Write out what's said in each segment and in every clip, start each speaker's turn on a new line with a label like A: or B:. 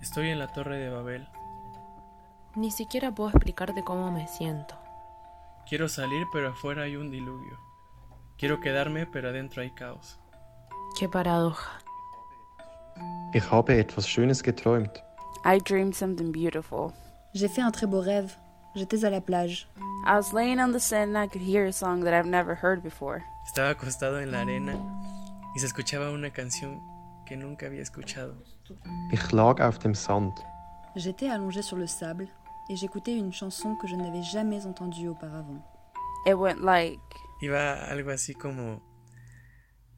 A: Estoy en la Torre de Babel.
B: Ni siquiera puedo explicarte cómo me siento.
A: Quiero salir, pero afuera hay un diluvio. Quiero quedarme, pero adentro hay caos.
B: Qué paradoja.
C: Ich habe etwas Schönes geträumt.
D: I dreamed something beautiful.
E: J'ai fait un très beau rêve. J'étais à la plage.
D: I was laying on the sand and I could hear a song that I've never heard before.
A: Estaba acostado en la arena y se escuchaba una canción que nunca había escuchado.
C: Ich lag auf dem Sand.
E: J'étais allongé sur le sable et j'écoutais une chanson que je n'avais jamais entendue auparavant.
D: It went like,
A: Iba algo así como...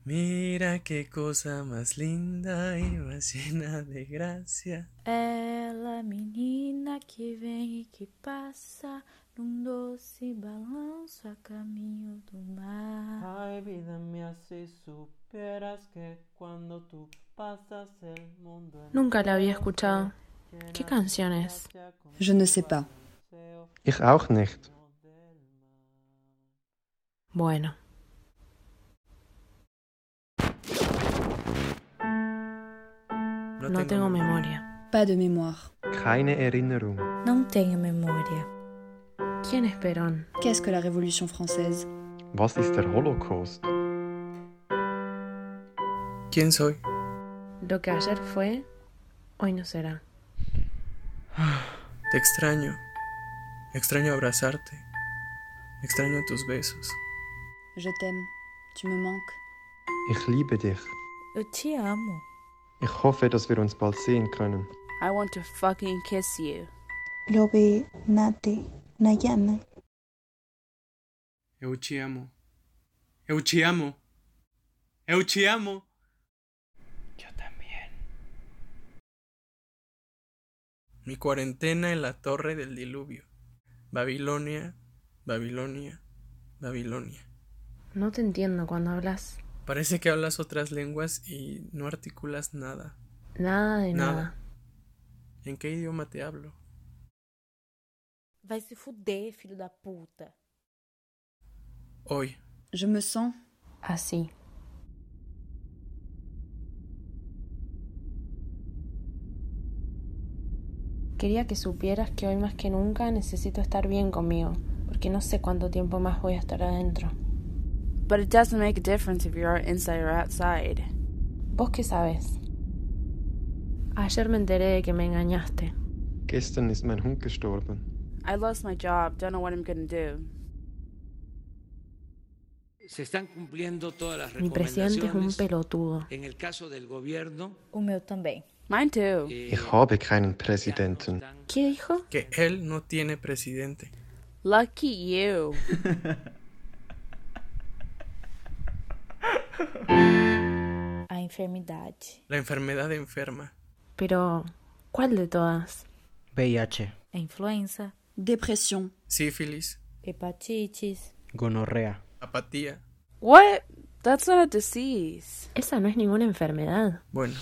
A: Mira qué cosa más linda y más llena de gracia.
F: Ela, menina que vem e que passa, num doce balanço a caminho do mar.
G: Ay, vida mía, si supieras que cuando tú pasas el mundo en
B: Nunca la había escuchado. ¿Qué canción es?
E: Je ne sais pas.
C: Ich auch nicht.
B: Bueno.
A: No,
B: No tengo memoria.
E: Pas de mémoire.
C: Keine Erinnerung.
F: Não tenho memória.
B: ¿Quién es Perón?
E: Qu'est-ce que la Révolution française
C: Was ist der Holocaust?
A: ¿Quién soy?
B: Lo que ayer fue, hoy no será.
A: Te extraño. Extraño abrazarte. Extraño tus besos.
E: Je t'aime. Tu me manques.
C: Ich liebe dich.
F: Eu te amo.
C: Ich hoffe, dass wir uns bald sehen können.
D: I want to fucking kiss you.
H: Lobe, Nate, Nayana.
A: Eu te amo. Eu te amo. Eu te amo. Yo también. Mi cuarentena en la torre del diluvio. Babilonia, Babilonia, Babilonia.
B: No te entiendo cuando hablas
A: Parece que hablas otras lenguas y no articulas nada.
B: nada de nada.
A: Nada. ¿En qué idioma te hablo?
F: Vai se fuder, filho da puta.
A: Hoy.
E: Je me sens.
B: Así. Quería que supieras que hoy más que nunca necesito estar bien conmigo, porque no sé cuánto tiempo más voy a estar adentro.
D: But it doesn't make a difference if you're inside or outside.
B: ¿Vos qué sabes? Ayer me enteré de que me engañaste.
C: Gestern ist mein Hund gestorben.
D: I lost my job, don't know what I'm gonna do.
I: Se están cumpliendo todas las
B: Mi presidente es un
I: recomendaciones.
B: pelotudo.
I: En el caso del gobierno,
F: O meu também.
D: Mine too.
I: eh,
C: Ich habe keinen
I: ya no
C: Präsidenten.
I: están-
B: ¿Qué dijo?
A: Que él no tiene presidente.
D: Lucky you.
F: A enfermidade.
A: La enfermedad enferma.
B: Pero, ¿cuál de todas?
J: VIH,
F: A influenza.
E: Dépression.
A: Sífilis.
F: Hepatites.
J: gonorrea,
A: Apatía.
D: What? That's not a disease.
B: Esa no es ninguna enfermedad.
A: Bueno,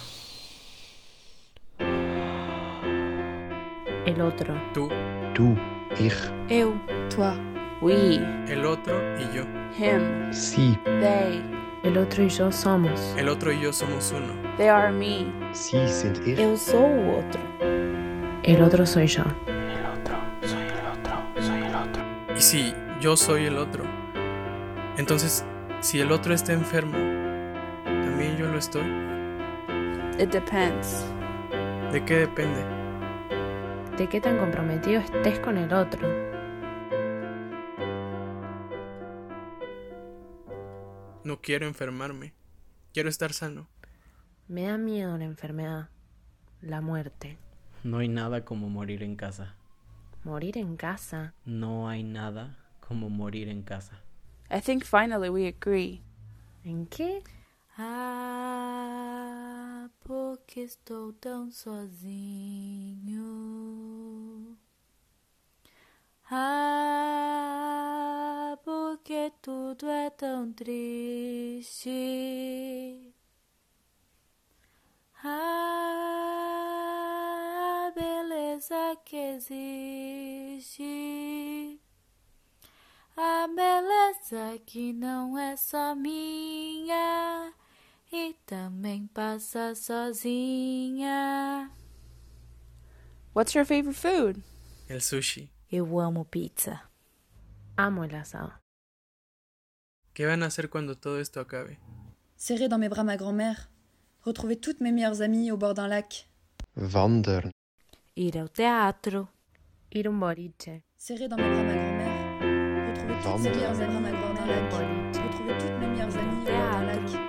B: El otro.
A: tú,
C: Du, ich,
F: Eu.
E: Toi.
D: We,
A: el otro y yo.
D: him,
C: sie,
D: they,
B: El otro y yo somos.
A: El otro y yo somos uno.
D: they are me.
C: sie sind ich.
F: Eu sou o outro.
B: El otro soy yo.
A: Y si yo soy el otro, entonces si el otro está enfermo, ¿también yo lo estoy?
D: It depends.
A: ¿De qué depende?
B: de qué tan comprometido estés con el otro.
A: No quiero enfermarme. Quiero estar sano.
B: Me da miedo la enfermedad, la muerte,
J: no hay nada como morir en casa.
B: morir en casa.
J: No hay nada como morir en casa.
D: I think finally we agree.
B: ¿En qué?
F: Ah, porque estou tão sozinho. Ah, porque tudo é tão triste. Ah, a beleza que existe. A beleza que não é só minha e também passa sozinha.
K: What's your favorite food?
A: el sushi.
F: Eu amo pizza.
B: Amo el asado.
A: ¿Qué van a hacer cuando todo esto acabe?
E: Serrer dans mes bras ma grand-mère. Retrouver toutes mes meilleures amies au bord d'un lac.
C: Wandern.
F: Ir ao teatro.
B: Ir a un boliche.
E: Serrer dans mes bras ma grand-mère. Retrouver toutes mes meilleures amies au bord d'un lac. Retrouver toutes mes meilleures amies au bord d'un lac.
J: No hay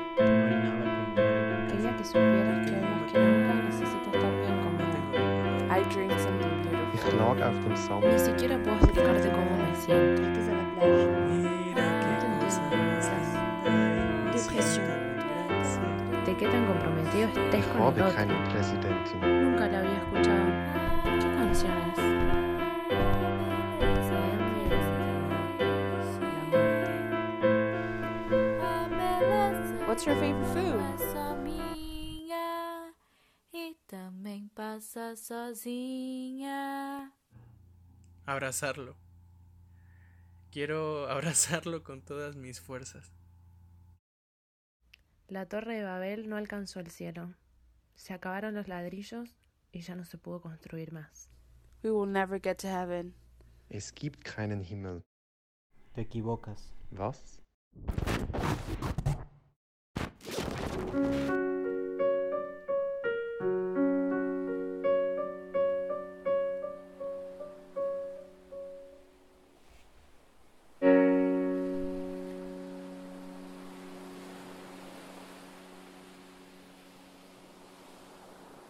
J: nada como morir en
B: Quería
J: casa.
B: que supieras que hoy más que nunca necesito estar bien conmigo.
K: I drink something
C: Ich
K: beautiful.
C: lag auf dem Sand.
B: Ni siquiera puedo explicarte cómo me siento.
E: Quelques à la plage.
A: Mira
E: Dépression.
B: De qué tan comprometido estés
C: Ich
B: con
C: habe
B: el otro.
C: keinen Präsidenten.
B: Nunca la había escuchado. ¿Qué canciones?
K: What's your favorite food?
F: Sozinha é e também passa sozinha.
A: Abrazarlo. Quiero abrazarlo con todas mis fuerzas.
B: La torre de Babel no alcanzó el cielo. Se acabaron los ladrillos y ya no se pudo construir más.
K: We will never get to heaven.
C: Es gibt keinen Himmel.
L: Te equivocas.
C: Was?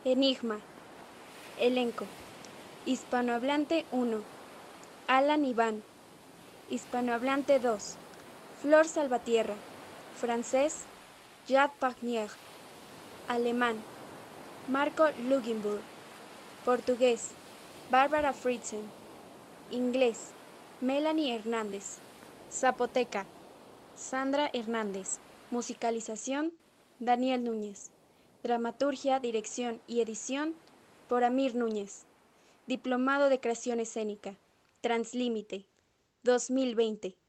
D: Enigma. Elenco. Hispanohablante 1. Alan Iván. Hispanohablante 2. Flor Salvatierra. Francés. Jad Pagnier. Alemán. Marco Luginburg. Portugués. Bárbara Fritzen. Inglés. Melanie Hernández. Zapoteca. Sandra Hernández. Musicalización. Daniel Núñez. Dramaturgia, dirección y edición por Amir Núñez. Diplomado de Creación Escénica. Translímite. 2020.